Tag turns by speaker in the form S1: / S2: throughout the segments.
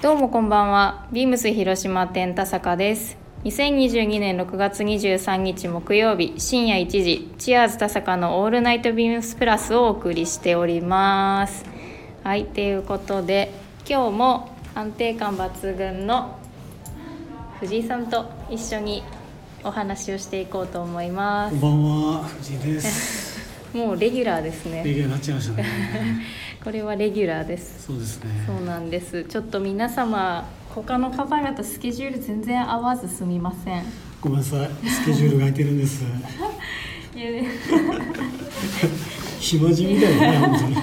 S1: どうもこんばんは。ビームス広島店田坂です。2022年6月23日木曜日深夜1時、チアーズ田坂のオールナイトビームスプラスをお送りしております。はい、ということで、今日も安定感抜群の藤井さんと一緒にお話をしていこうと思いま
S2: こんばんは、藤井 で
S1: す。
S2: す。
S1: もうレギュラーですね。
S2: レギュラーになっちゃいました ね。
S1: これはレギュラーです。
S2: そうですね。
S1: そうなんです。ちょっと皆様他の方々スケジュール全然合わずすみません。
S2: ごめんなさい、スケジュールが空いてる んです。
S1: いや い
S2: 暇人みたいだね、本当に。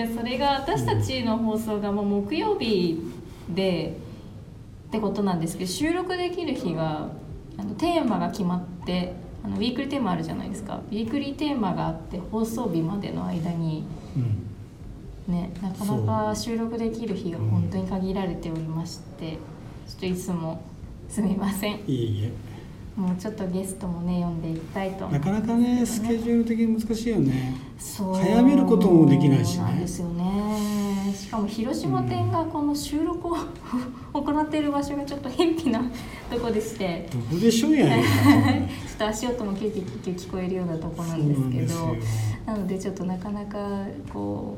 S1: やそれが私たちの放送がもう木曜日でってことなんですけど収録できる日があのテーマが決まってあのウィークリーテーマあるじゃないですかウィークリーテーマがあって放送日までの間に
S2: うん、
S1: ねなかなか収録できる日が本当に限られておりましてちょっといつもすみません
S2: いえい
S1: もうちょっとゲストもね読んでいきたいと
S2: え。
S1: 思
S2: なかなかね、スケジュール的に難しいよね。
S1: そう
S2: 早めることもできないしね
S1: そうなんですよねしかも広島店がこの収録を 行っている場所がちょっと偏僻なとこでして
S2: どこでしょうやねん。
S1: ちょっと足音もキュキュキュ聞こえるようなとこ
S2: そう
S1: な
S2: なん
S1: です
S2: ん
S1: け
S2: です
S1: ど
S2: よ。
S1: なのでちょっとなかなかこ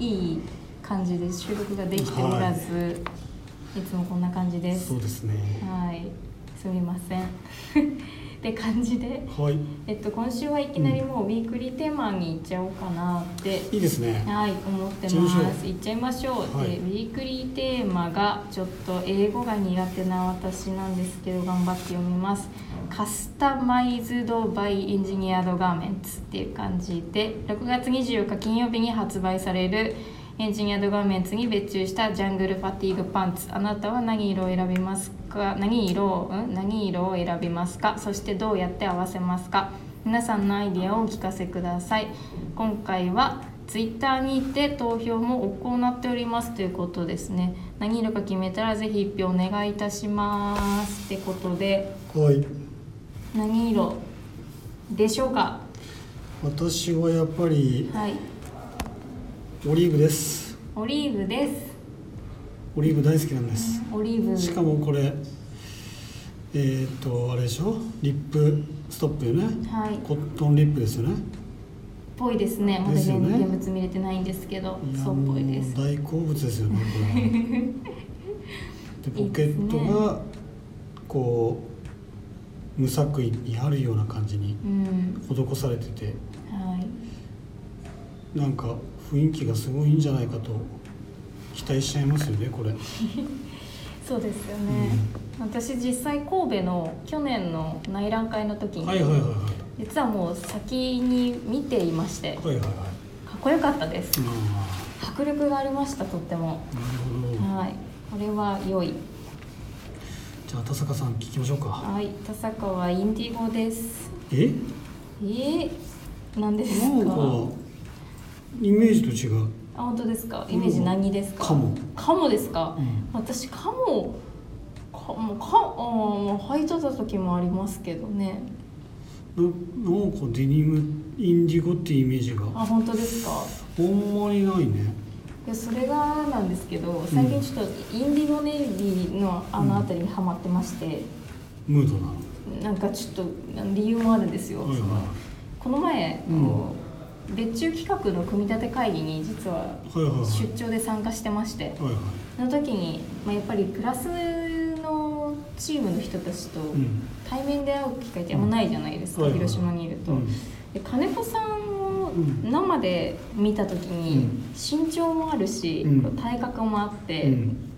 S1: ういい感じで収録ができておらず、い、つもこんな感じ です
S2: そうですね。
S1: はいすみません って感じで
S2: はい、
S1: えっと、今週はいきなりもうウィークリーテーマに行っちゃおうかなって、
S2: いいですね。
S1: はい思って
S2: 行っちゃい
S1: ま
S2: ましょう
S1: す行っちゃいましょう、
S2: はい
S1: でウィークリーテーマがちょっと英語が苦手な私なんですけど頑張って読みますカスタマイズドバイエンジニアドガーメンツっていう感じで6月24日金曜日に発売されるエンジニアドガーメンツに別注したジャングルファティーグパンツあなたは何色を選びますか何色をん何色を選びますかそしてどうやって合わせますか皆さんのアイディアをお聞かせください今回はツイッターにて投票も行っておりますということですね何色か決めたらぜひ一票お願いいたしますってことで
S2: はい。
S1: 何色でしょうか
S2: 私はやっぱり
S1: はい
S2: オリーブです。
S1: オリーブです
S2: オリーブ大好きなんです。
S1: オリーブ
S2: しかもこれえーっ、とあれでしょリップストップよね
S1: はいっ
S2: コットンリップですよね
S1: ぽいですねまだ
S2: です
S1: 現
S2: よね
S1: 現物見れてないんですけど
S2: いや
S1: そうっぽいです
S2: もう大好物ですよ
S1: い
S2: ねこれでポケット
S1: いです
S2: がこう無作為にあるような感じに
S1: うん
S2: 施されてて
S1: はい
S2: なんか雰囲気がすごいんじゃないかと期待しちゃいますよねこれ
S1: そうですよね、私実際神戸の去年の内覧会の時に、
S2: はいはいはいは
S1: 実はもう先に見ていまして
S2: いはいはいはい
S1: かっこよかったです
S2: あ
S1: 迫力がありましたとっても
S2: あなるほど
S1: はいこれは良い
S2: じゃあ田坂さん聞きましょうか
S1: はい田坂はインディゴです
S2: え
S1: えー、なんですか
S2: なんかイメージと違う
S1: あ本当ですかイメージ何ですか、
S2: カモ
S1: カモですか、
S2: うん
S1: 私カモカモカモあー履いてた時もありますけどね
S2: ななんかデニムインディゴってイメージがあ
S1: あ本当ですか
S2: んまりないね
S1: いやそれがなんですけど最近ちょっとインディゴネイビーのあの辺りにはまってまして、
S2: ムードな
S1: なんかちょっと理由もあるんですよ、
S2: のはい
S1: そのこの前、
S2: うん
S1: こう別注企画の組み立て会議に実は
S2: はいはいはいはい
S1: 出張で参加してまして
S2: はいはい
S1: その時に、まあ、やっぱりプラスのチームの人たちと
S2: うん
S1: 対面で会う機会ってあんまないじゃないですか、
S2: はいはい
S1: 広島にいると。
S2: うん
S1: で金子さんを
S2: うん
S1: 生で見た時に身長もあるし、
S2: うん
S1: こう体格もあって、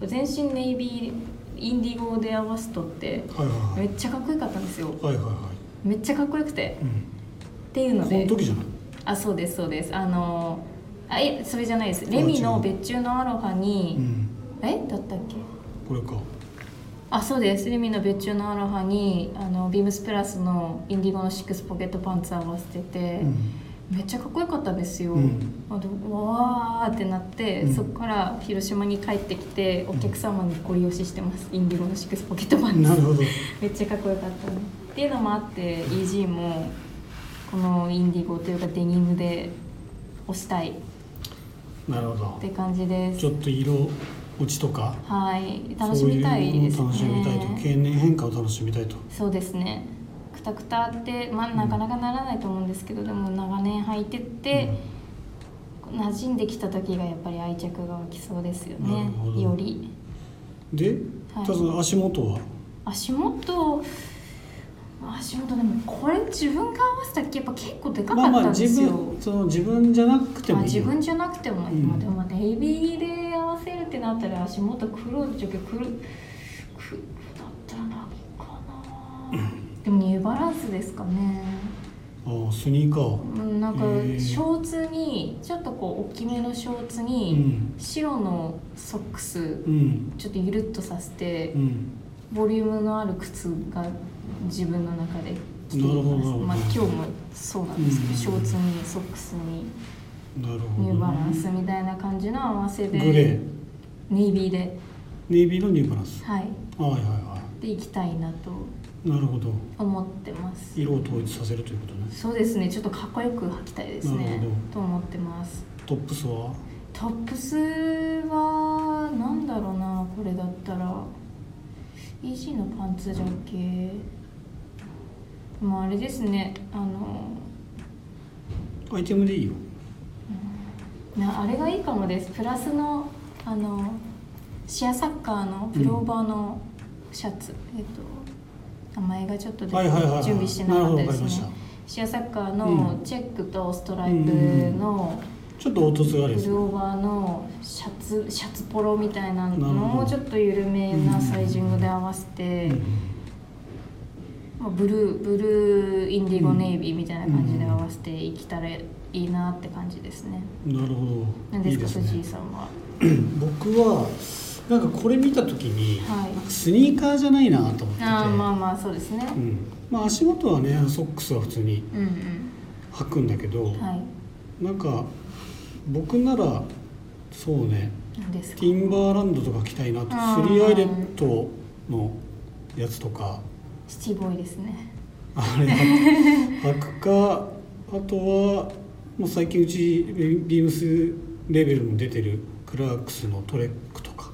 S2: うん
S1: 全身ネイビーインディゴで合わすとって
S2: はいはいは
S1: め
S2: い
S1: っちゃかっこよかったんですよ
S2: はいはいは
S1: めっちゃかっこよくて
S2: いうん
S1: っていうの
S2: この
S1: で
S2: 時じゃない
S1: あそうですそうですあのあいやそれじゃないです
S2: あ
S1: レミの
S2: 違う
S1: 別注のアロハ
S2: う
S1: に、
S2: ん
S1: えだったっけ
S2: これか
S1: あそうですレミの別注のアロハにあのビームスプラスのインディゴのシックスポケットパンツ合わせてて、
S2: うん
S1: めっちゃかっこよかったんですよ、
S2: うん
S1: あでわーってなって、
S2: うん
S1: そこから広島に帰ってきてお客様にご利用ししてます、インディゴのシックスポケットパンツ
S2: なるほど
S1: めっちゃかっこよかったねっていうのもあって EG もこのインディゴというかデニムで押したいっ
S2: なるほど
S1: て感じです
S2: ちょっと色落ちとか
S1: はい楽しみたいです
S2: そういうのを楽しみたいと
S1: ね
S2: 経年変化を楽しみたいと
S1: そうですねくたくたって、まあ、なかなかならないと思うんですけど、でも長年履いてって、馴染んできた時がやっぱり愛着が湧きそうですよ
S2: なる
S1: ね
S2: ほど
S1: より
S2: で、
S1: はい
S2: ただその足元は
S1: 足元足元でもこれ自分が合わせたっけやっぱ結構でか
S2: ま
S1: か
S2: あま
S1: った
S2: あ
S1: んで
S2: 自
S1: すよ、
S2: 分その自分じゃなくて
S1: まあ
S2: もいい
S1: 自
S2: よ
S1: 分じゃなくても、
S2: うん
S1: まあでもまあネイビーで合わせるってなったら足元黒い時は黒い黒だったら何かな、でもニューバランスですかね
S2: ああスニーカー
S1: うんなんかシ
S2: へえ
S1: ョーツにちょっとこう大きめのショーツ
S2: う
S1: に
S2: ん
S1: 白のソックス
S2: うん
S1: ちょっとゆるっとさせて
S2: うん
S1: ボリュームのある靴が自分の中で着て
S2: なる
S1: い
S2: ほど
S1: ま
S2: な
S1: す
S2: るほど
S1: まあ今日もそうなんですけど、
S2: うん
S1: ショーツにソックスに
S2: なるほど
S1: ニューバランスみたいな感じの合わせ
S2: グ
S1: で
S2: レー
S1: ネイビーで
S2: ネイビーのニューバランス
S1: はい
S2: はいはいは
S1: で行きたいなと
S2: いなるほど
S1: 思ってます
S2: 色を統一させるということね
S1: そうですねちょっとかっこよく履きたいです
S2: なる
S1: ね
S2: ほど
S1: と思ってます
S2: トップスは
S1: トップスはなんだろうなこれだったら EG のパンツだけでもあれですねあの
S2: アイテムでいいよ
S1: なあれがいいかもですプラスのあのシアサッカーのプローバーのシャツ、えっと名前がちょっと出て
S2: はいはいはいはい
S1: 準備してなかったです
S2: なるほどわかりまし
S1: ね
S2: た
S1: シアサッカー
S2: う
S1: の
S2: ん
S1: チェックとストライプの
S2: ちょっと凹凸があ
S1: プロ
S2: るやつ
S1: ーバーのシャツシャツポロみたいな
S2: なるほ
S1: の
S2: ど
S1: をちょっと緩めなサイジングで合わせて、まあ、ブルーブルーインディゴネイビーみたいな感じで合わせていけたらいいなって感じですね。
S2: なるほ
S1: なん
S2: ど
S1: で
S2: いい
S1: すか
S2: です
S1: 藤井
S2: ね
S1: さんは。
S2: 僕はなんかこれ見た時に
S1: はい
S2: スニーカーじゃないなと思ってて
S1: あーまあまあそうですね。
S2: うんまあ足元はねソックスは普通に
S1: うん
S2: 履くんだけど、
S1: うん。はい。
S2: なんか僕ならそうね
S1: なんですか
S2: テ。ィンバーランドとか着たいなと
S1: あー
S2: スリーアイレットのやつとか
S1: シティボーイですね。
S2: あれ履くかあとはもう最近うちビームスレベルの出てるクラークスのトレックとか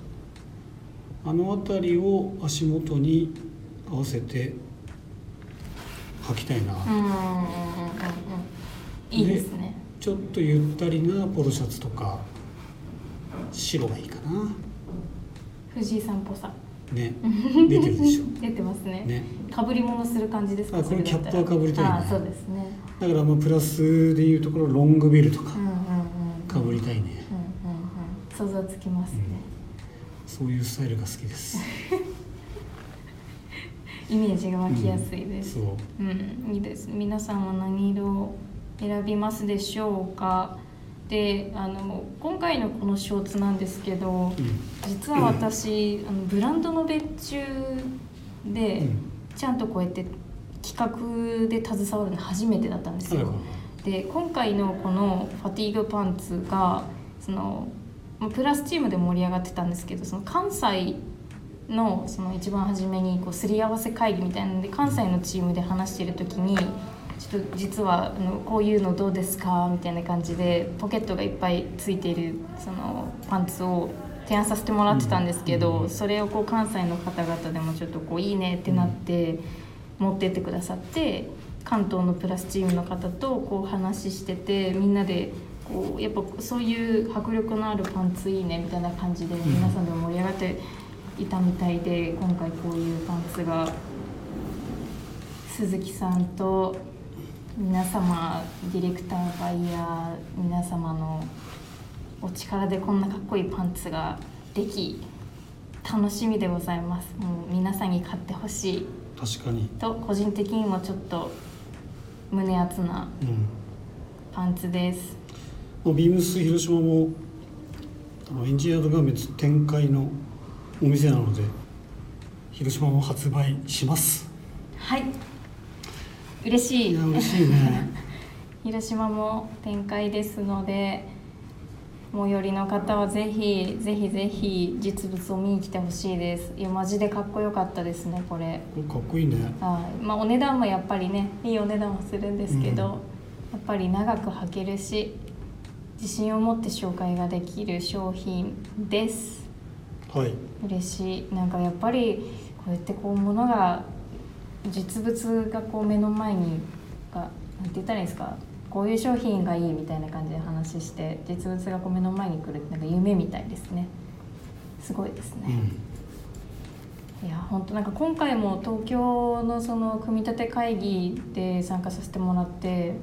S2: あの辺りを足元に合わせて履きたいな、
S1: うんうんうんうんうん。いいですね。
S2: ちょっとゆったりなポロシャツとか白がいいかな
S1: 藤井さんっぽさ。
S2: ね出てるでしょ
S1: 出てますね。
S2: ね
S1: かぶり物する感じですか。
S2: あこれ
S1: そだったら
S2: キャップは被りたいね
S1: あーそうですね。
S2: だからまあプラスでいうところロングビルとか
S1: うんうんうん。
S2: かぶりたい
S1: う
S2: ね
S1: んうんうん。想像つきますね。
S2: そういうスタイルが好きです
S1: イメージが湧きやすいです。
S2: そう
S1: うん、いいです。皆さんは何色を選びますでしょうか。で、あの今回のこのショーツなんですけど、
S2: う
S1: 実は私、あのブランドの別注で、
S2: うん
S1: ちゃんとこうやって企画で携わるの初めてだったんです
S2: んなる
S1: よ
S2: ほ。
S1: で今回のこのファティーグパンツがそのまあプラスチームで盛り上がってたんですけどその関西のその一番初めにこうすり合わせ会議みたいなので関西のチームで話してる時にちょっと実はあのこういうのどうですかみたいな感じでポケットがいっぱいついているそのパンツを提案させてもらってたんですけど、
S2: うん
S1: それをこう関西の方々でもちょっとこういいねってなって持ってってくださって関東のプラスチームの方とこう話しててみんなでこうやっぱそういう迫力のあるパンツいいねみたいな感じで皆さんでも盛り上がっていたみたいで今回こういうパンツが鈴木さんと皆様ディレクターバイヤー皆様のお力でこんなかっこいいパンツができ楽しみでございますもう皆さんに買ってほしい
S2: 確かに
S1: と個人的にもちょっと胸熱な
S2: うん
S1: パンツです
S2: もうビームス広島もあのエンジニアードガーメンツ展開のお店なので広島も発売します
S1: はい嬉し
S2: い
S1: い
S2: や嬉しいね
S1: 広島も展開ですので最寄りの方はぜひぜひぜひ実物を見に来てほしいですいやマジでかっこよかったですねこれ
S2: これかっこいいね
S1: はいまあお値段もやっぱりねいいお値段はするんですけど、
S2: うん
S1: やっぱり長く履けるし自信を持って紹介ができる商品です
S2: はい
S1: 嬉しいなんかやっぱりこうやってこうものが実物がこう目の前にがなんて言ったらいいんですかこういう商品がいいみたいな感じで話して実物がこう目の前に来るってなんか夢みたいですねすごいです
S2: う
S1: ね、
S2: ん
S1: いや本当なんか今回も東京のその組み立て会議で参加させてもらって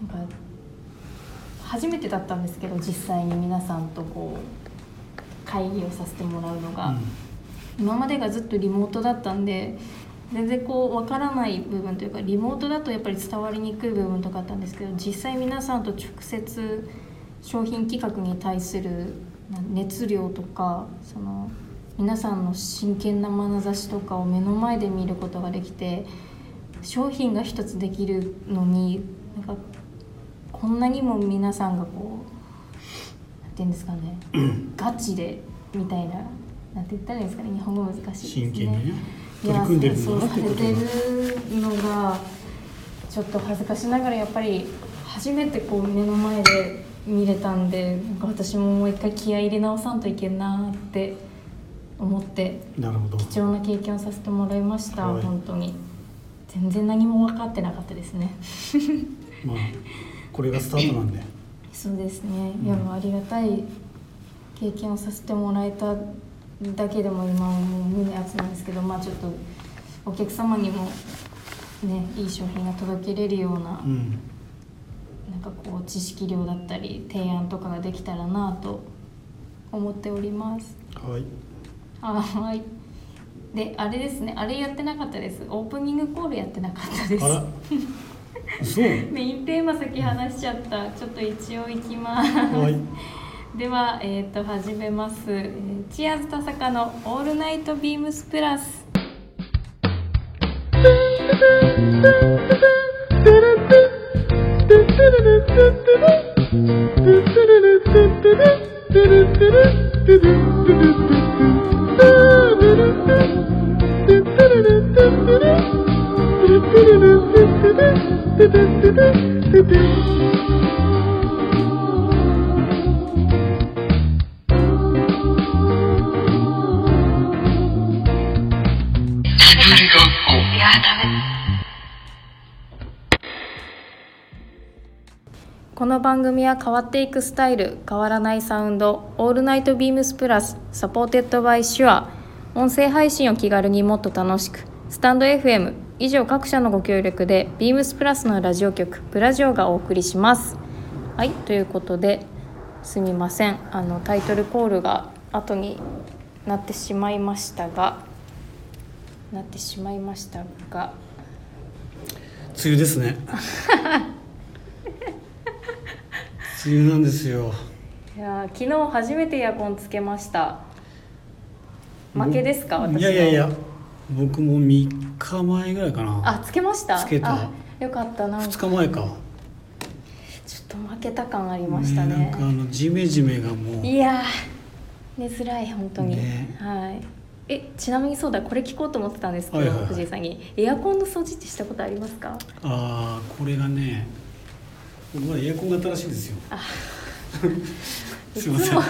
S1: なんか初めてだったんですけど実際に皆さんとこう会議をさせてもらうのが。今までがずっとリモートだったんで全然こう分からない部分というかリモートだとやっぱり伝わりにくい部分とかあったんですけど実際皆さんと直接商品企画に対するな熱量とかその皆さんの真剣な眼差しとかを目の前で見ることができて商品が一つできるのになんかこんなにも皆さんがこうなんていうんですかね、 ガチでみたいな、なんて言ったらいいんですかね、日本語難しいですね。
S2: 真剣にね
S1: い
S2: 取り
S1: や、
S2: 組んでるんだ
S1: そう
S2: な
S1: そう
S2: っ
S1: さ
S2: て
S1: れ
S2: こと
S1: て
S2: が
S1: るのが、ちょっと恥ずかしながら、やっぱり初めてこう目の前で見れたんで、なんか私ももう一回気合い入れ直さんといけんなーって思って、
S2: なるほど
S1: 貴重な経験をさせてもらいました、
S2: はい
S1: 本当に。全然何も分かってなかったですね。
S2: まあこれがスタートなんで
S1: そうですね、いや
S2: うん
S1: もうありがたい経験をさせてもらえただけでも今はもう胸熱なんですけどまあちょっとお客様にもねいい商品が届けれるような,、
S2: うん
S1: なんかこう知識量だったり提案とかができたらなと思っております
S2: はい
S1: あはいであれですねあれやってなかったですオープニングコールやってなかったです
S2: あらそう
S1: メインテーマ先話しちゃったちょっと一応行きます、
S2: はい
S1: では、えー、と始めます、えーチアーズ田坂の「オールナイトビームスプラス
S3: Thank you.
S1: この番組は変わっていくスタイル変わらないサウンド「オールナイトビームスプラス」サポーテッドバイシュア音声配信を気軽にもっと楽しくスタンド FM 以上各社のご協力でビームスプラスのラジオ局「ブラジオ」がお送りしますはいということですみませんあのタイトルコールが後になってしまいましたがなってしまいましたが
S2: 梅雨ですね梅雨なんですよ
S1: いやー昨日初めてエアコンつけました負けですか
S2: ぼ
S1: 私の
S2: いやいやいや僕も3日前ぐらいか
S1: あ
S2: な
S1: つけました
S2: つけた
S1: あよかったなんか
S2: 2
S1: ちょ
S2: 日前か
S1: っと負けた感ありましたね
S2: なんかあのジメジメがもう
S1: いやー寝づらい本当に、
S2: ね
S1: はいえちなみにそうだこれ聞こうと思ってたんですけど、
S2: はいはいはい
S1: 藤井さんにエアコンの掃除ってしたことありますか
S2: ああこれがねまだエアコンが新しいんですよ
S1: あ
S2: すいません
S1: も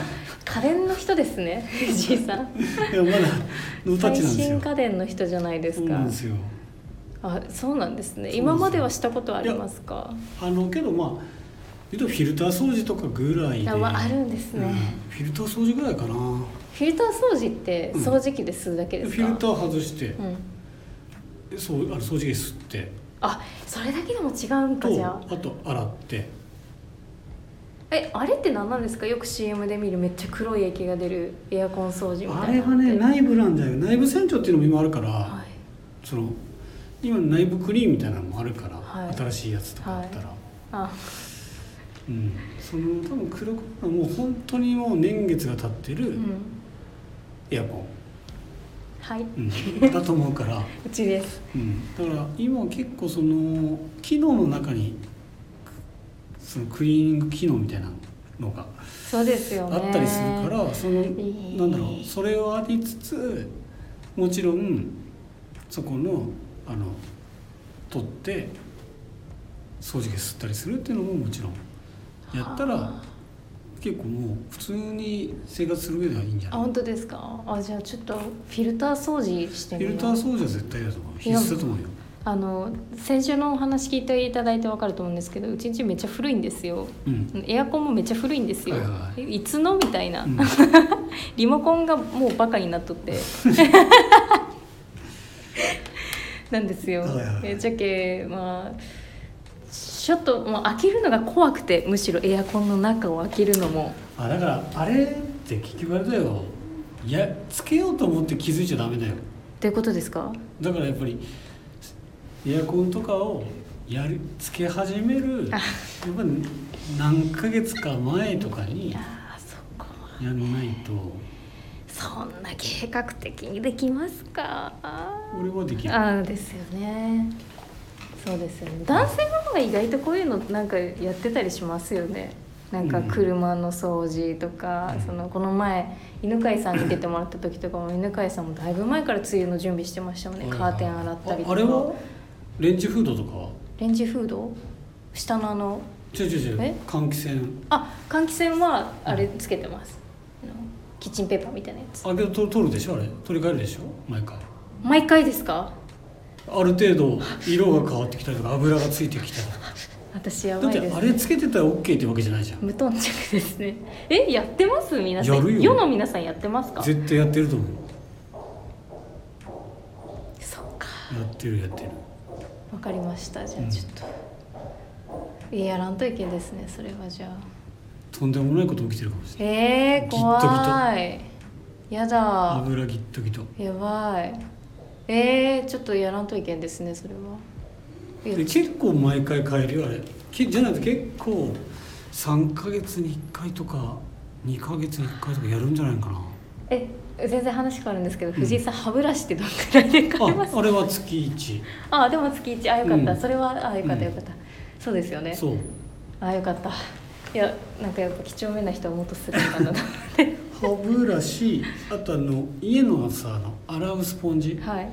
S1: 家電の人です ね藤井さん
S2: いやまだノータ
S1: 最
S2: ッチなんです
S1: 新
S2: よ
S1: 家電の人じゃないです
S2: そうな
S1: か
S2: んですよ
S1: あそうなんですね
S2: すよ
S1: 今まではしたことはありますか
S2: あのけどまあ言うとフィルター掃除とかぐらいで
S1: あ、まあ、あるんですね、
S2: うんフィルター掃除ぐらいかな
S1: フィルター掃除って
S2: うん
S1: 掃除機で吸うだけ
S2: で
S1: です
S2: フ
S1: か、
S2: ィルター外して、
S1: うん、
S2: そうあの掃除機で吸って
S1: あそれだけでも違うんかじ
S2: と
S1: ゃ
S2: あ
S1: あ
S2: と洗って
S1: えあれって何なんですかよく CM で見るめっちゃ黒い液が出るエアコン掃除み
S2: あ
S1: たい
S2: れ
S1: な
S2: は
S1: のって
S2: ね内部なんだよ内部洗浄っていうのも今あるから、
S1: はい
S2: その今内部クリーンみたいなのもあるから、
S1: はい
S2: 新しいやつとかだったら、
S1: あ
S2: うん、その多分黒くもう本当にもう年月が経って
S1: う
S2: る
S1: ん
S2: エアコン、
S1: はい
S2: うん、だと思うから、
S1: うちです
S2: うん、だから今結構その機能の中にそのクリーニング機能みたいなのが
S1: そうですよね
S2: あったりするからその
S1: い
S2: なんだろうそれをありつつもちろんそこのあの取って掃除機吸ったりするっていうのももちろんやったら結構もう普通に生活する上ではいいんじゃ
S1: あ
S2: ない
S1: 本当ですかあじゃあちょっとフィルター掃除して
S2: フ
S1: みよ
S2: ィ
S1: う
S2: ルター掃除は絶対だと思う必須だと思うよ
S1: あの先週のお話聞いていただいて分かると思うんですけどうちんちめっちゃ古いんですよ
S2: うん、
S1: エアコンもめっちゃ古いんですよ、
S2: はいは
S1: えいつのみたいな、
S2: うん
S1: リモコンがもうバカになっとって なんですよ、
S2: はいはいはい
S1: えじゃけまあちょっともう開けるのが怖くてむしろエアコンの中を開けるのも
S2: あだからあれって結局あれだよいやつけようと思って気づいちゃダメだよ
S1: ということですか
S2: だからやっぱりエアコンとかをやるつけ始めるやっぱり何ヶ月か前とかにや
S1: あーそこは
S2: らないと
S1: そんな計画的にできますか
S2: 俺はできる
S1: ああですよねそうですよね男性の方が意外とこういうのなんかやってたりしますよねなんか
S2: うん
S1: 車の掃除とか、
S2: うん
S1: そのこの前犬飼さんに出てもらった時とかも犬飼さんもだいぶ前から梅雨の準備してましたもんねカーテン洗ったりとか
S2: ああれはレンジフードとかは
S1: レンジフード下のあの
S2: 違う違う違
S1: え
S2: う換気扇
S1: あ換気扇はあれつけてます、あのキッチンペーパーみたいなやつ
S2: あけど取取るでしょあれ取り替えるでしょ毎回
S1: 毎回ですか
S2: ある程度色が変わってきたりとか油がついてきたりとか
S1: 私や
S2: だ
S1: ば
S2: っ
S1: いで
S2: て
S1: す
S2: あれつけてたら OK ってわけじゃないじゃん
S1: 無頓着ですねえやってます皆さん
S2: やるよ
S1: 世の皆さんやってますか
S2: 絶対やってると思う
S1: そっか
S2: やってるやってる
S1: わかりましたじゃ
S2: う
S1: あ
S2: ん
S1: ちょっと、いややらんといけんですねそれはじゃあ
S2: とんでもないこと起きてるかもしれ
S1: えー、
S2: ギットギト
S1: 怖いや
S2: ない
S1: だ
S2: 油ギットギト
S1: やばいえー、ちょっとやらんといけんですねそれはいや
S2: で結構毎回変えるよあれけじゃないと結構3ヶ月に1回とか2ヶ月に1回とかやるんじゃないかな
S1: え全然話変わるんですけど藤井さん、歯ブラシってどんくらいで買います
S2: ああれは月1
S1: あでも月1あよかった、
S2: うん
S1: それはあよかった
S2: う
S1: よ
S2: ん
S1: かった、そうですよね
S2: そう
S1: あよかったいやなんかやっぱ几帳面な人はもっとするんだなと思って
S2: 歯ブラシあとあの家のさあの洗うスポンジ
S1: はい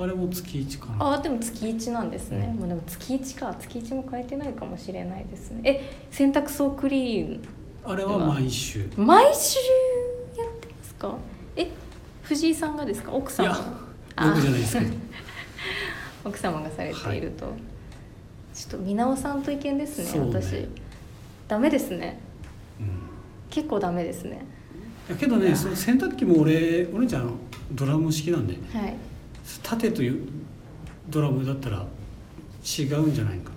S2: あれも月1かな
S1: あでも月1なんですね、
S2: うん
S1: もうでも月1か月1も変えてないかもしれないですねえ洗濯槽クリーン
S2: あれは毎週い
S1: 毎週やってますかえ藤井さんがですか奥様
S2: や僕じゃないですけど
S1: 奥様がされていると、ちょっと見直さんと意見ですね
S2: そうね
S1: 私ダメですね
S2: うん
S1: 結構ダメですね
S2: だけどねその洗濯機も俺お姉ちゃんあのドラム式なんで
S1: はい
S2: 縦というドラムだったら違うんじゃないか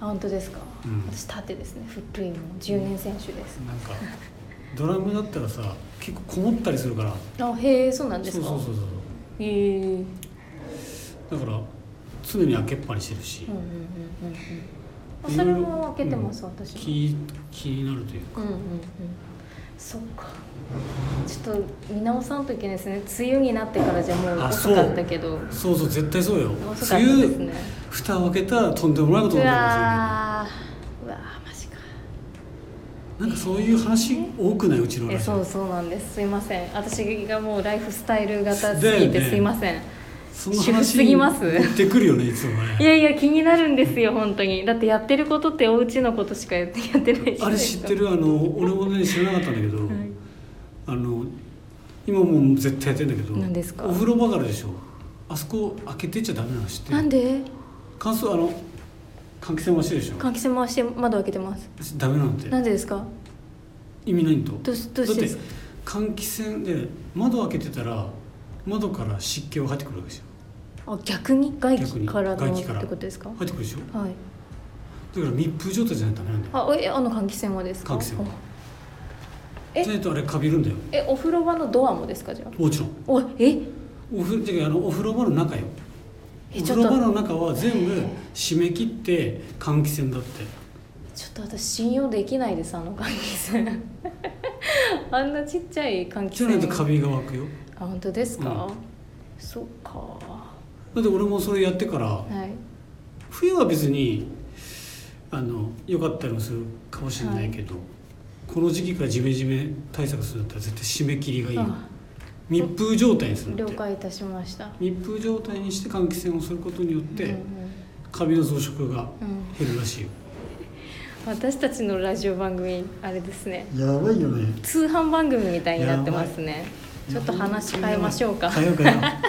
S1: あ本当ですか、
S2: うん
S1: 私縦ですね古いもの10年選手です、
S2: ななんかドラムだったらさ結構こもったりするから
S1: あへえそうなんで
S2: そ
S1: す
S2: う
S1: か
S2: そうそう
S1: へえうんうん
S2: そうだから常に開けっぱにしてるし、
S1: うんうんうんうんあ
S2: い
S1: そ
S2: ろい
S1: れ
S2: ろ
S1: も開けてます、
S2: うん
S1: 私も
S2: 気気になるというか
S1: うんうんうんそっかちょっと見直さんといけないですね梅雨になってからじゃもう
S2: あ
S1: 遅かったけど
S2: そうそう絶対そうよ
S1: 遅かった
S2: 梅
S1: で
S2: 雨
S1: すね
S2: 蓋を開けたらとんでもないこと
S1: う
S2: になる
S1: わーうわーマジか
S2: んですよねなんかそういう話多くないうちの
S1: え
S2: ラジ
S1: そう
S2: オ
S1: そうなんですすいません私がもうライフスタイル型す
S2: だよ
S1: ぎて
S2: ね
S1: すいません、
S2: その
S1: 主婦すぎ
S2: 話
S1: ます
S2: 持ってくるよねいつも
S1: い
S2: ね
S1: やいや気になるんですよ本当にだってやってることってお家のことしかやってやってないし
S2: あれ知ってるあの俺もね知らなかったんだけど、
S1: はい
S2: あの今もう絶対やってんだけど
S1: 何ですか
S2: お風呂場からでしょあそこ開けてっちゃダメなの知ってる
S1: なんで
S2: 乾燥あの換気扇回してるでしょ
S1: 換気扇回して窓開けてます
S2: ダメなんて
S1: なんでですか
S2: 意味ないんと
S1: どうしどうしてです
S2: だって換気扇で窓開けてたら窓から湿気が入ってくるわけですよ
S1: あ逆に外
S2: 逆
S1: 気
S2: に
S1: からの
S2: 外
S1: って
S2: 気から
S1: ことですか
S2: 入ってくるでしょだ
S1: はい
S2: から密封状態じゃないとダメなんだよ
S1: あえあの換気扇はですか
S2: 換気扇は
S1: え
S2: じゃないとあれかびるんだよ
S1: えお風呂場のドアもですかじゃあ
S2: もちろん
S1: おえ
S2: お風呂てかあのお風呂場の中よお
S1: えち
S2: 風
S1: ょっ
S2: 呂場
S1: と
S2: の中は全部締め切って換気扇だって
S1: ちょっと私信用できないですあの換気扇 あんなちっちゃい換気
S2: じゃないと
S1: 扇
S2: カビが湧くよ
S1: あ本当ですか、
S2: うん
S1: そっかは
S2: だって俺もそれやってから
S1: い
S2: 冬は別にあの良かったりもするかもしれないけど、この時期からジメジメ対策するんだったら絶対締め切りがいいよ
S1: あ
S2: 密封状態にするんだ
S1: 了
S2: って
S1: 解いたしました
S2: 密封状態にして換気扇をすることによって、
S1: うんうん
S2: カビの増殖が
S1: うん
S2: 減るらしいよ、
S1: 私たちのラジオ番組あれですね
S2: やばいよね
S1: 通販番組みたいになってますねちょっと話変えましょうか
S2: 変えようか な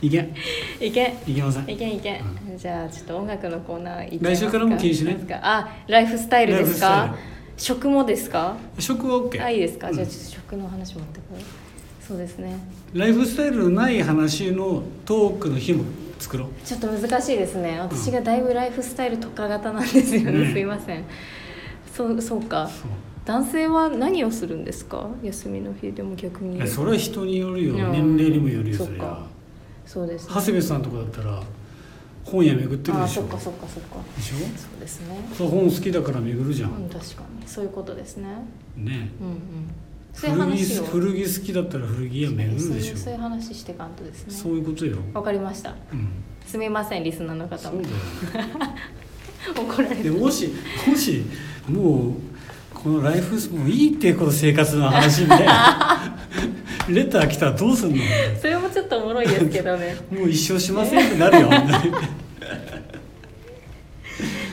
S2: いけ
S1: いけ
S2: いけません
S1: いけんいけん、
S2: う
S1: じゃあちょっと音楽のコーナー行っちゃい
S2: 来週からも禁止ね
S1: ますかあライフスタイルです
S2: ライフ
S1: か
S2: スタ
S1: 食もですか
S2: 食は OK
S1: あいいですか、じゃあ
S2: うん
S1: ちょっと食の話持ってこようそうですね
S2: ライフスタイルのない話のトークの日も作ろう
S1: ちょっと難しいですね私がだいぶライフスタイル特化型なんですよね、
S2: うん
S1: すいませんそうそうか
S2: そう
S1: 男性は何をするんですか休みの日でも逆に
S2: えそれは人によるよ
S1: うん
S2: 年齢にもよるよ
S1: そっ
S2: それ
S1: か
S2: は
S1: そうですね
S2: 長谷部さんとかだったら本屋巡ってる
S1: あ
S2: で
S1: ー
S2: し
S1: そ
S2: ょ
S1: っかそっかそっか
S2: でしょ
S1: そうですね
S2: そう本好きだから巡るじ
S1: う
S2: ゃ
S1: ん
S2: ん、
S1: 確かにそういうことですね
S2: ね
S1: うんうんそういう
S2: 古着
S1: 話を
S2: 古着好きだったら古着屋巡
S1: そ
S2: る
S1: う
S2: で
S1: い
S2: し
S1: うそういう
S2: ょ
S1: 話してかんとです
S2: そ
S1: ね
S2: ういうことよ、
S1: わかりました
S2: うん、
S1: すみませんリスナーの方
S2: そう
S1: も
S2: だよ
S1: 怒られ
S2: で
S1: る
S2: もし もしもうこのライフスもういいってこの生活の話で レター来たらどうすんの
S1: それもちょっとおもろいですけど ね
S2: もう一生しませんってな るよ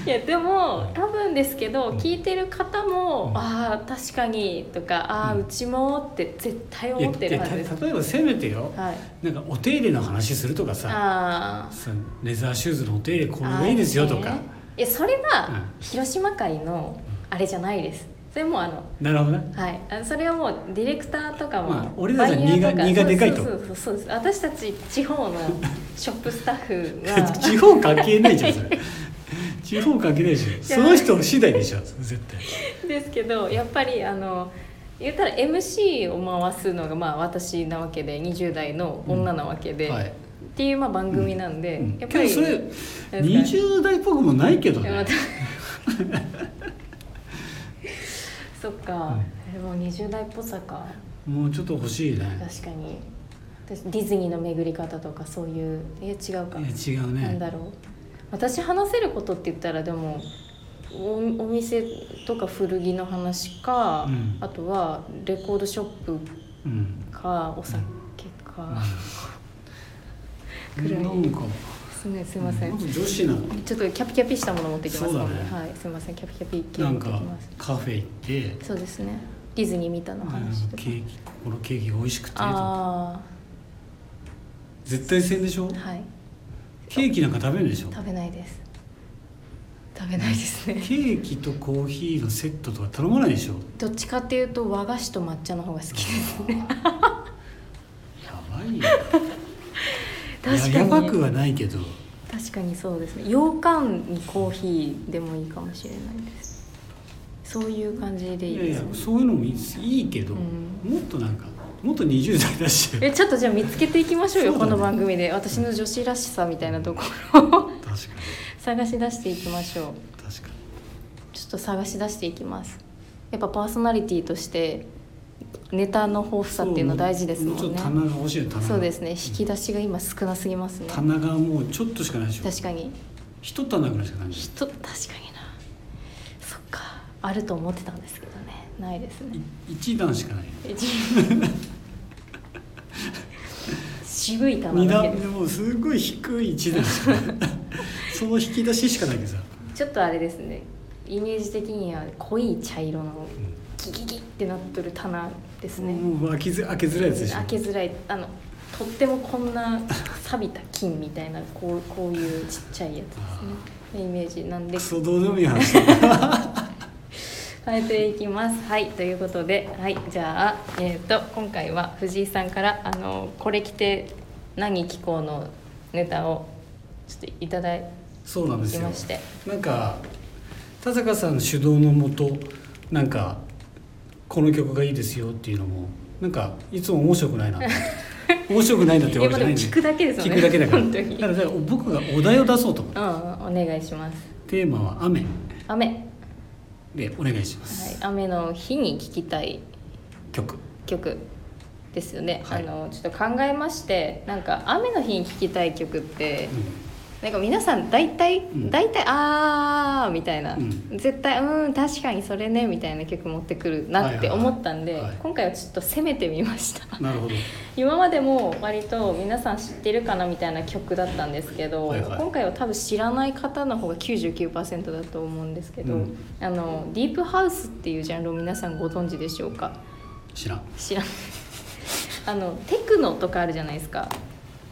S1: いやでも多分ですけど聞いてる方も、
S2: うん
S1: ああ確かにとかああ
S2: うん
S1: うちもって絶対
S2: いや
S1: 思ってるはずです
S2: た例えばせめてよ
S1: はい
S2: なんかお手入れの話するとかさ
S1: あー
S2: さレザーシューズのお手入れこれ
S1: あ
S2: がいいですよとか、
S1: ねいやそれは、
S2: うん
S1: 広島会のあれじゃないですそれもあの
S2: なるほどね
S1: はい、あそれはもうディレクターとかも、
S2: まあ俺らじゃ
S1: バイヤーとか
S2: 荷が荷がでかい
S1: そ
S2: と
S1: うそうそうそうです私たち地方 のショップスタッフ
S2: 地
S1: は
S2: 方関係ないじゃんそれ地方関係ないでしょその人次第でしょ絶対
S1: ですけどやっぱりあの言ったら MC を回すのがまあ私なわけで20代の女なわけで、
S2: うんはい
S1: っていうまあ番組なんで、
S2: うん
S1: やっ
S2: け
S1: ぱ
S2: ど
S1: り
S2: それ
S1: か
S2: 20代っぽくもないけど
S1: いやま
S2: ね
S1: た そっか、でも20代っぽさか
S2: もうちょっと欲しいね
S1: 確かに私ディズニーの巡り方とかそういういや違うか
S2: いや違う
S1: なん
S2: ね
S1: だろう私話せることって言ったらでもおお店とか古着の話か、
S2: うん
S1: あとはレコードショップ
S2: うん
S1: かお酒か、
S2: なん
S1: 暗い
S2: か
S1: すねすいません、
S2: なんか女子な
S1: ちょっとキャピキャピしたもの持ってきます
S2: そうだ
S1: の
S2: ね
S1: で、はいすいませんキャピキャピ系
S2: な
S1: 持
S2: ん
S1: ってき
S2: か
S1: ます
S2: カフェ行って
S1: そうですねディズニーみたいな
S2: なんか
S1: 話とか
S2: ケーキここのケーキが美味しくてとか
S1: あ
S2: 絶対せんでしょ
S1: あはい
S2: ケーキなんか食べるでしょ
S1: 食べないです食べないですね
S2: ケーキとコーヒーのセットとか頼まないでしょ
S1: どっちかっていうと和菓子と抹茶の方が好きです
S2: やばいよ
S1: 確か
S2: い
S1: に
S2: ややばくはないけど
S1: 確かにそうですね羊羹にコーヒーでもいいかもしれないですそういう感じでい
S2: い
S1: い
S2: やい
S1: で
S2: や
S1: すね
S2: そういうのもいいいいけど、
S1: うん
S2: もっとなんかもっと20代だし確か
S1: えちょっとじゃあ見つけていきましょうよ
S2: そうだ
S1: こ
S2: ね
S1: の番組で私の女子らしさみたいなところを
S2: に
S1: 探し出していきましょう
S2: 確か
S1: ちょっと探し出していきますやっぱパーソナリティとしてネタの豊富
S2: に
S1: さっていうの大事ですも
S2: ちょっ
S1: ん
S2: と棚
S1: ね
S2: が欲しいよ棚が
S1: そうですね引き出しが今少なすぎますね
S2: 棚がもうちょっとしかないでしょ
S1: 確かに
S2: 一棚ぐらいしかないでし
S1: 人確かになそっかあると思ってたんですけどねないです
S2: ょ
S1: ね
S2: い一段しかない
S1: 一渋い
S2: 二
S1: 球だけ
S2: 段
S1: で
S2: ですもうすごい低い一段しかない その引き出ししかないけどさ、
S1: ちょっとあれですねイメージ的には濃い茶色のギギギってなっとる棚です
S2: うん
S1: ね、
S2: もう開けづ開けづらいやつでしょ
S1: 開けづらいあのとってもこんな錆びた金みたいなこうこういうちっちゃいやつですねイメージなんで
S2: クソどうでもいい話だ
S1: 変えていきます。はい、ということで、はい、じゃあ、えっ、と、今回は藤井さんから、あの、これ着て。何着こうのネタを、ちょっといただき
S2: そうなんですよ
S1: まして。
S2: なんか田坂さん主導のもとなんかこの曲がいいですよっていうのもなんかいつも面白くないなって 面白くないなってわけじゃないん
S1: いやまあでも聞くだけですよね
S2: 聞くだけだから
S1: 本当に
S2: だから僕がお題を出そうと思って
S1: うん、うんお願いします。
S2: テーマは雨
S1: 雨、はい、
S2: でお願いします、
S1: 雨の日に聴きたい
S2: 曲
S1: 曲。ですよね、
S2: はい
S1: あのちょっと考えましてなんか雨の日に聴きたい曲って
S2: う
S1: なんか皆さん大体、
S2: ん
S1: 大体あーみたいな、
S2: うん
S1: 絶対うーん確かにそれねみたいな曲持ってくるなっ
S2: はい
S1: て
S2: はいはい
S1: 思ったんで、
S2: はい
S1: 今回はちょっと攻めてみました
S2: なるほど
S1: 今までも割と皆さん知ってるかなみたいな曲だったんですけど、
S2: はいはい
S1: 今回は多分知らない方の方が99%だと思うんですけど、
S2: うん
S1: あのディープハウスっていうジャンルを皆さんご存知でしょうか
S2: 知らん、
S1: 知らない あのテクノとかあるじゃないですか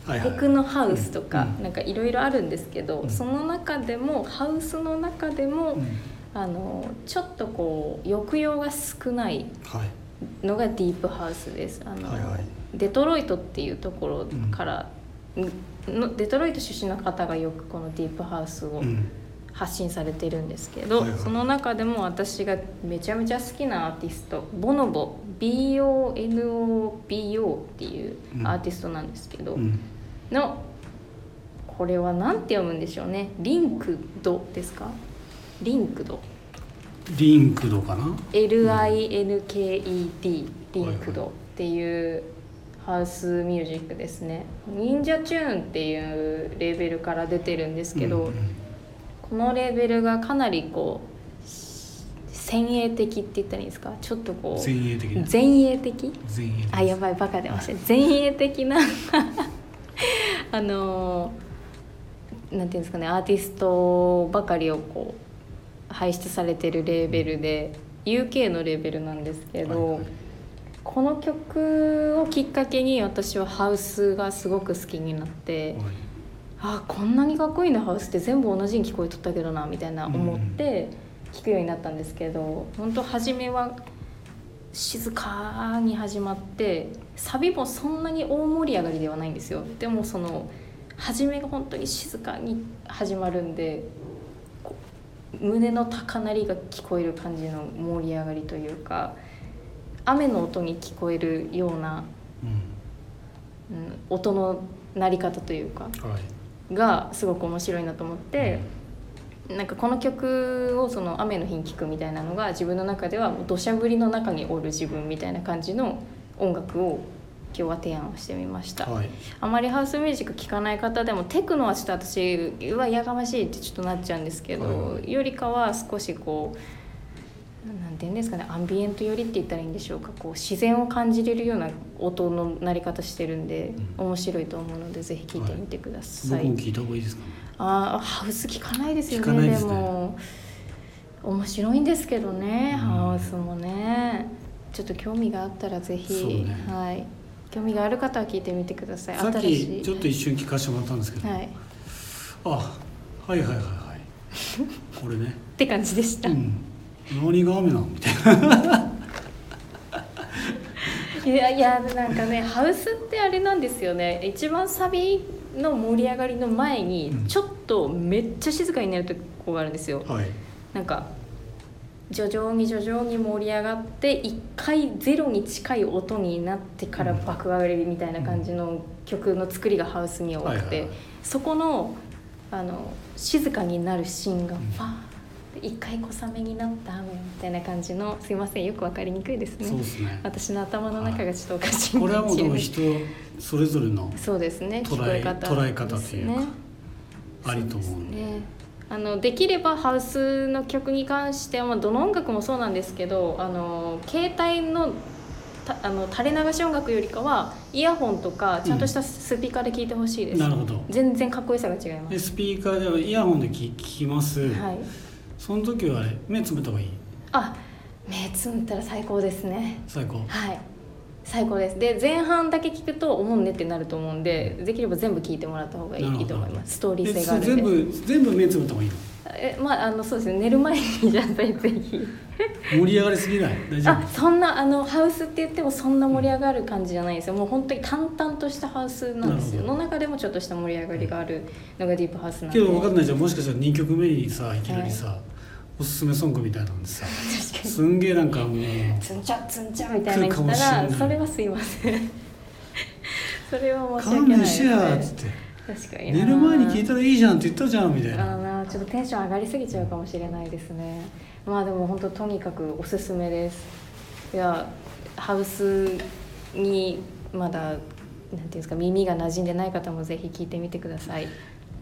S2: はいはい、
S1: テクノハウスとか、
S2: うん
S1: なんかいろいろあるんですけど、
S2: うん
S1: その中でもハウスの中でも、
S2: うん
S1: あのちょっとこう抑揚が少ない
S2: はい
S1: のがディープハウスですあの、
S2: はいはい
S1: デトロイトっていうところから、のデトロイト出身の方がよくこのディープハウスを
S2: うん
S1: 発信されてるんですけど、
S2: はいはい
S1: その中でも私がめちゃめちゃ好きなアーティストボノボ BONOBO っていうアーティストなんですけど、
S2: うん
S1: のこれは何て読むんでしょうねリンクドですかリンクド
S2: リンクドかな
S1: LINKED リンク
S2: はいは
S1: ドっていうハウスミュージックですね忍者チューンっていうレーベルから出てるんですけど、
S2: うんうん
S1: このレーベルがかなりこうし先鋭的って言ったらいいんですかちょっとこう
S2: 前衛的な
S1: 前衛的
S2: 前衛的
S1: あやばいバカ出ました前衛的な あのーなんていうんですかねアーティストばかりをこう輩出されてるレーベルで UK のレーベルなんですけど、
S2: はいはい
S1: この曲をきっかけに私はハウスがすごく好きになって。
S2: はい
S1: あこんなにかっこいいなハウスって全部同じに聞こえとったけどなみたいな思って聞くようになったんですけど、本当初めは静かに始まってサビもそんなに大盛り上がりではないんですよでもその初めが本当に静かに始まるんでこう胸の高鳴りが聞こえる感じの盛り上がりというか雨の音に聞こえるような、
S2: うん
S1: うん、音の鳴り方というか
S2: はい
S1: がすごく面白いなと思って、なんかこの曲をその雨の日に聴くみたいなのが自分の中ではもう土砂降りの中におる自分みたいな感じの音楽を今日は提案をしてみました、
S2: はい
S1: あまりハウスミュージック聴かない方でもテクノはちょっと私うわやかましいってちょっとなっちゃうんですけど、
S2: はい
S1: よりかは少しこうなんていうんですかねアンビエント寄りって言ったらいいんでしょうかこう自然を感じれるような音の鳴り方してるんで、
S2: う
S1: 面白いと思うのでぜひ聴いてみてくださ
S2: 僕
S1: い
S2: も聞いた方がいいですかね
S1: あーハウス聞かないですよ
S2: 聞かな
S1: ね
S2: い
S1: で
S2: ですね
S1: も面白いんですけどね、
S2: うん
S1: ハウスもねちょっと興味があったらぜ
S2: そう
S1: ひ、
S2: ね
S1: はい、興味がある方は聞いてみてください
S2: さっ
S1: 新し
S2: き
S1: い
S2: ちょっと一瞬聞かせてもらったんですけど、
S1: はい、っ
S2: あはいはいはいはい これね、
S1: て感じでし
S2: う
S1: た、
S2: ん、何が雨なのみたいない
S1: やいやなんかねハウスってあれなんですよね一番サビの盛り上がりの前に
S2: うん
S1: ちょっとめっちゃ静かになるとこがあるんですよ、
S2: はい
S1: なんか徐々に徐々に盛り上がって一回ゼロに近い音になってから
S2: うん
S1: 爆上がりみたいな感じの曲の作りがハウスに多くて、
S2: はいはいはい
S1: そこのあの静かになるシーンが
S2: ん
S1: ファーって一回小雨になった雨みたいな感じのすいませんよくわかりにくいですね
S2: そうですね
S1: 私の頭の中がちょっとおかしい
S2: これはもうでも
S1: ってい
S2: 人それぞれの
S1: う そうですね
S2: 捉
S1: 聞こ
S2: え
S1: え方
S2: 捉え方というか
S1: ですね
S2: ありと思うんで
S1: ね、あのできればハウスの曲に関しては、まあ、どの音楽もそうなんですけどあの携帯のたあの垂れ流し音楽よりかはイヤホンとかちゃんとしたスピーカーで聴いてほしいです、
S2: なるほど
S1: 全然かっこよさが違います
S2: でスピーカーではイヤホンで聞聞きます、
S1: はい
S2: その時はあれ目つぶった方がいい
S1: あ目つむったら最高ですね
S2: 最高
S1: はい最高ですで前半だけ聞くと「おもんね」ってなると思うんでできれば全部聞いてもらった方がいい
S2: なるほど
S1: いいと思いますストーリ
S2: で
S1: ー性が
S2: そ
S1: あ
S2: れ
S1: るんで
S2: 全部全部目つぶった方がいいの
S1: えまああのそうですね寝る前にじゃあぜひ
S2: 盛り上がりすぎない大丈
S1: あ
S2: 夫
S1: そんなあのハウスって言ってもそんな盛り上がる感じじゃないんですよもう本当に淡々としたハウスなんですよ
S2: なるほ
S1: の中でもちょっとした盛り上がりがあるのがディープハウスなん
S2: け
S1: で
S2: ど分かんないじゃんもしかしたら2曲目にさいきなりさ、おすすめソングみたいなんでさ
S1: 確かに
S2: すんげえなんか もう
S1: ツンチャツンチャみたいなの
S2: 来るかも
S1: 来
S2: しれ
S1: た
S2: な
S1: ら
S2: い
S1: それはすいません それは申し
S2: 勘
S1: 訳ない
S2: 弁
S1: で
S2: し
S1: す
S2: やーっ
S1: ね
S2: つって
S1: 確かに
S2: 寝る前に聞い
S1: た
S2: たらいいじゃんって言ったじゃんみたい
S1: あ
S2: な
S1: ーなーちょっとテンション上がりすぎちゃうかもしれないですねまあでも本当とにかくおすすめですいやハウスにまだなんていうんですか耳が馴染んでない方もぜひ聞いてみてください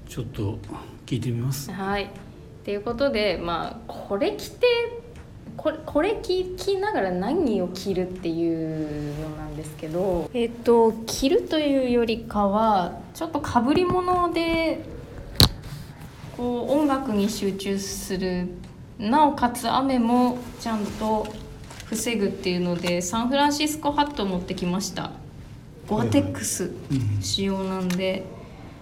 S2: ちょっと聞いてみます
S1: はい。ということで、まあ、これ着てこれこれ着着ながら何を着るっていうのなんですけど、えっと、着るというよりかはちょっとかぶり物でこう音楽に集中するなおかつ雨もちゃんと防ぐっていうのでサンフランシスコハットを持ってきました。ゴアテックス、
S2: うん
S1: 仕様なんで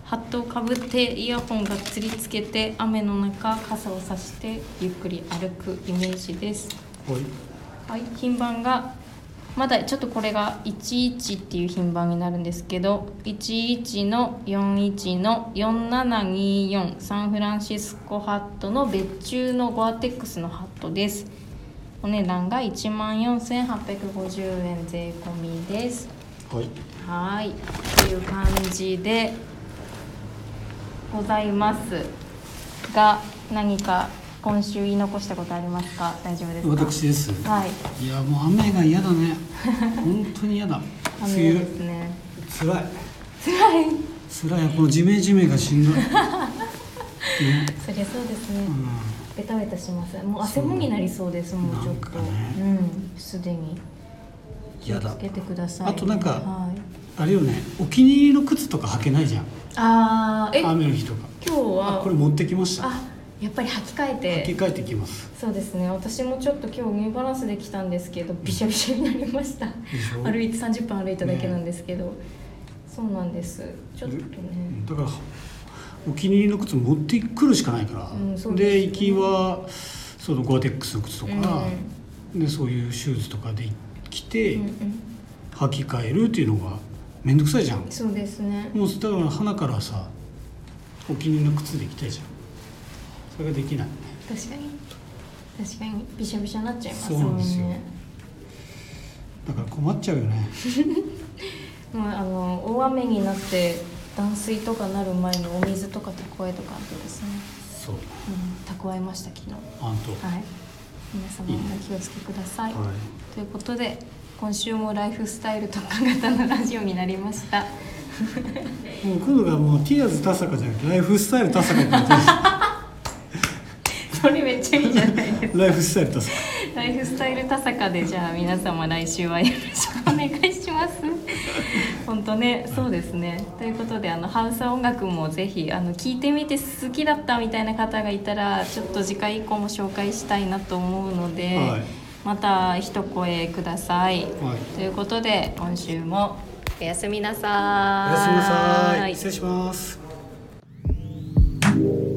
S1: ハットをかぶってイヤホンがっつりつけて雨の中傘を差してゆっくり歩くイメージです
S2: は
S1: は
S2: い
S1: い品番がまだちょっとこれが11っていう品番になるんですけど11の41の4724サンフランシスコハットの別注のゴアテックスのハットですお値段が1万4850円税込みです
S2: はい
S1: はい、という感じでございますが、何か今週言い残したことありますか？大丈夫ですか？
S2: 私です
S1: はい、
S2: いやもう雨が嫌だ ね本当に嫌だ梅
S1: 雨
S2: 雨
S1: ですね。
S2: つらいつらいこのジメジメがし んどい、ね
S1: そりゃそうです
S2: う
S1: ね。
S2: ん、
S1: ベタベタします。もう汗もになりそうです。もうちょっと、
S2: なんかね
S1: うん、すでに気
S2: 嫌
S1: を
S2: だ
S1: つけてください、
S2: あとなんか
S1: はい、
S2: あれよねお気に入りの靴とか履けないじゃん
S1: ああ、え、今
S2: 雨の日とか
S1: 日は
S2: あこれ持ってきました
S1: あやっぱり履き替えて
S2: 履き替えてきます
S1: そうですね私もちょっと今日ニューバランスで来たんですけどびしゃびしゃになりました
S2: でしょ
S1: 歩いて30分歩いただけなんですけど、そうなんですちょっとね
S2: うんだからお気に入りの靴持ってくるしかないから、
S1: うんそう
S2: で
S1: です
S2: 行
S1: ね
S2: きはそのゴアテックスの靴とか、でそういうシューズとかで着て、
S1: うんうん
S2: 履き替えるっていうのがめんどくさいじゃん
S1: そうですね
S2: もうだから花からさお気に入りの靴で行きたいじゃんそれができないね
S1: 確かに確かにびしゃびしゃになっちゃいます
S2: そうなんですよ
S1: もね
S2: だから困っちゃうよね
S1: もうあの大雨になって断水とかなる前のお水とか蓄えとかあとですね、
S2: そう
S1: うん、蓄えました昨日は
S2: あんと
S1: い皆様もお気をつけください
S2: はい
S1: ということで今週もライフスタイル特化型のラジオになりました
S2: もう今度がもうティアーズ田坂じゃなくてライフスタイル田坂って言ってる
S1: それめっちゃいいじゃないですか
S2: ライフスタイル田坂
S1: ライフスタイル田坂でじゃあ皆様来週はよろしくお願いします本当ねそうですねということであのハウス音楽もぜひあの聞いてみて好きだったみたいな方がいたらちょっと次回以降も紹介したいなと思うので、
S2: はい
S1: また一声ください、
S2: はい
S1: ということで今週もおやすみなさー
S2: おやすみなさい失礼します
S4: 「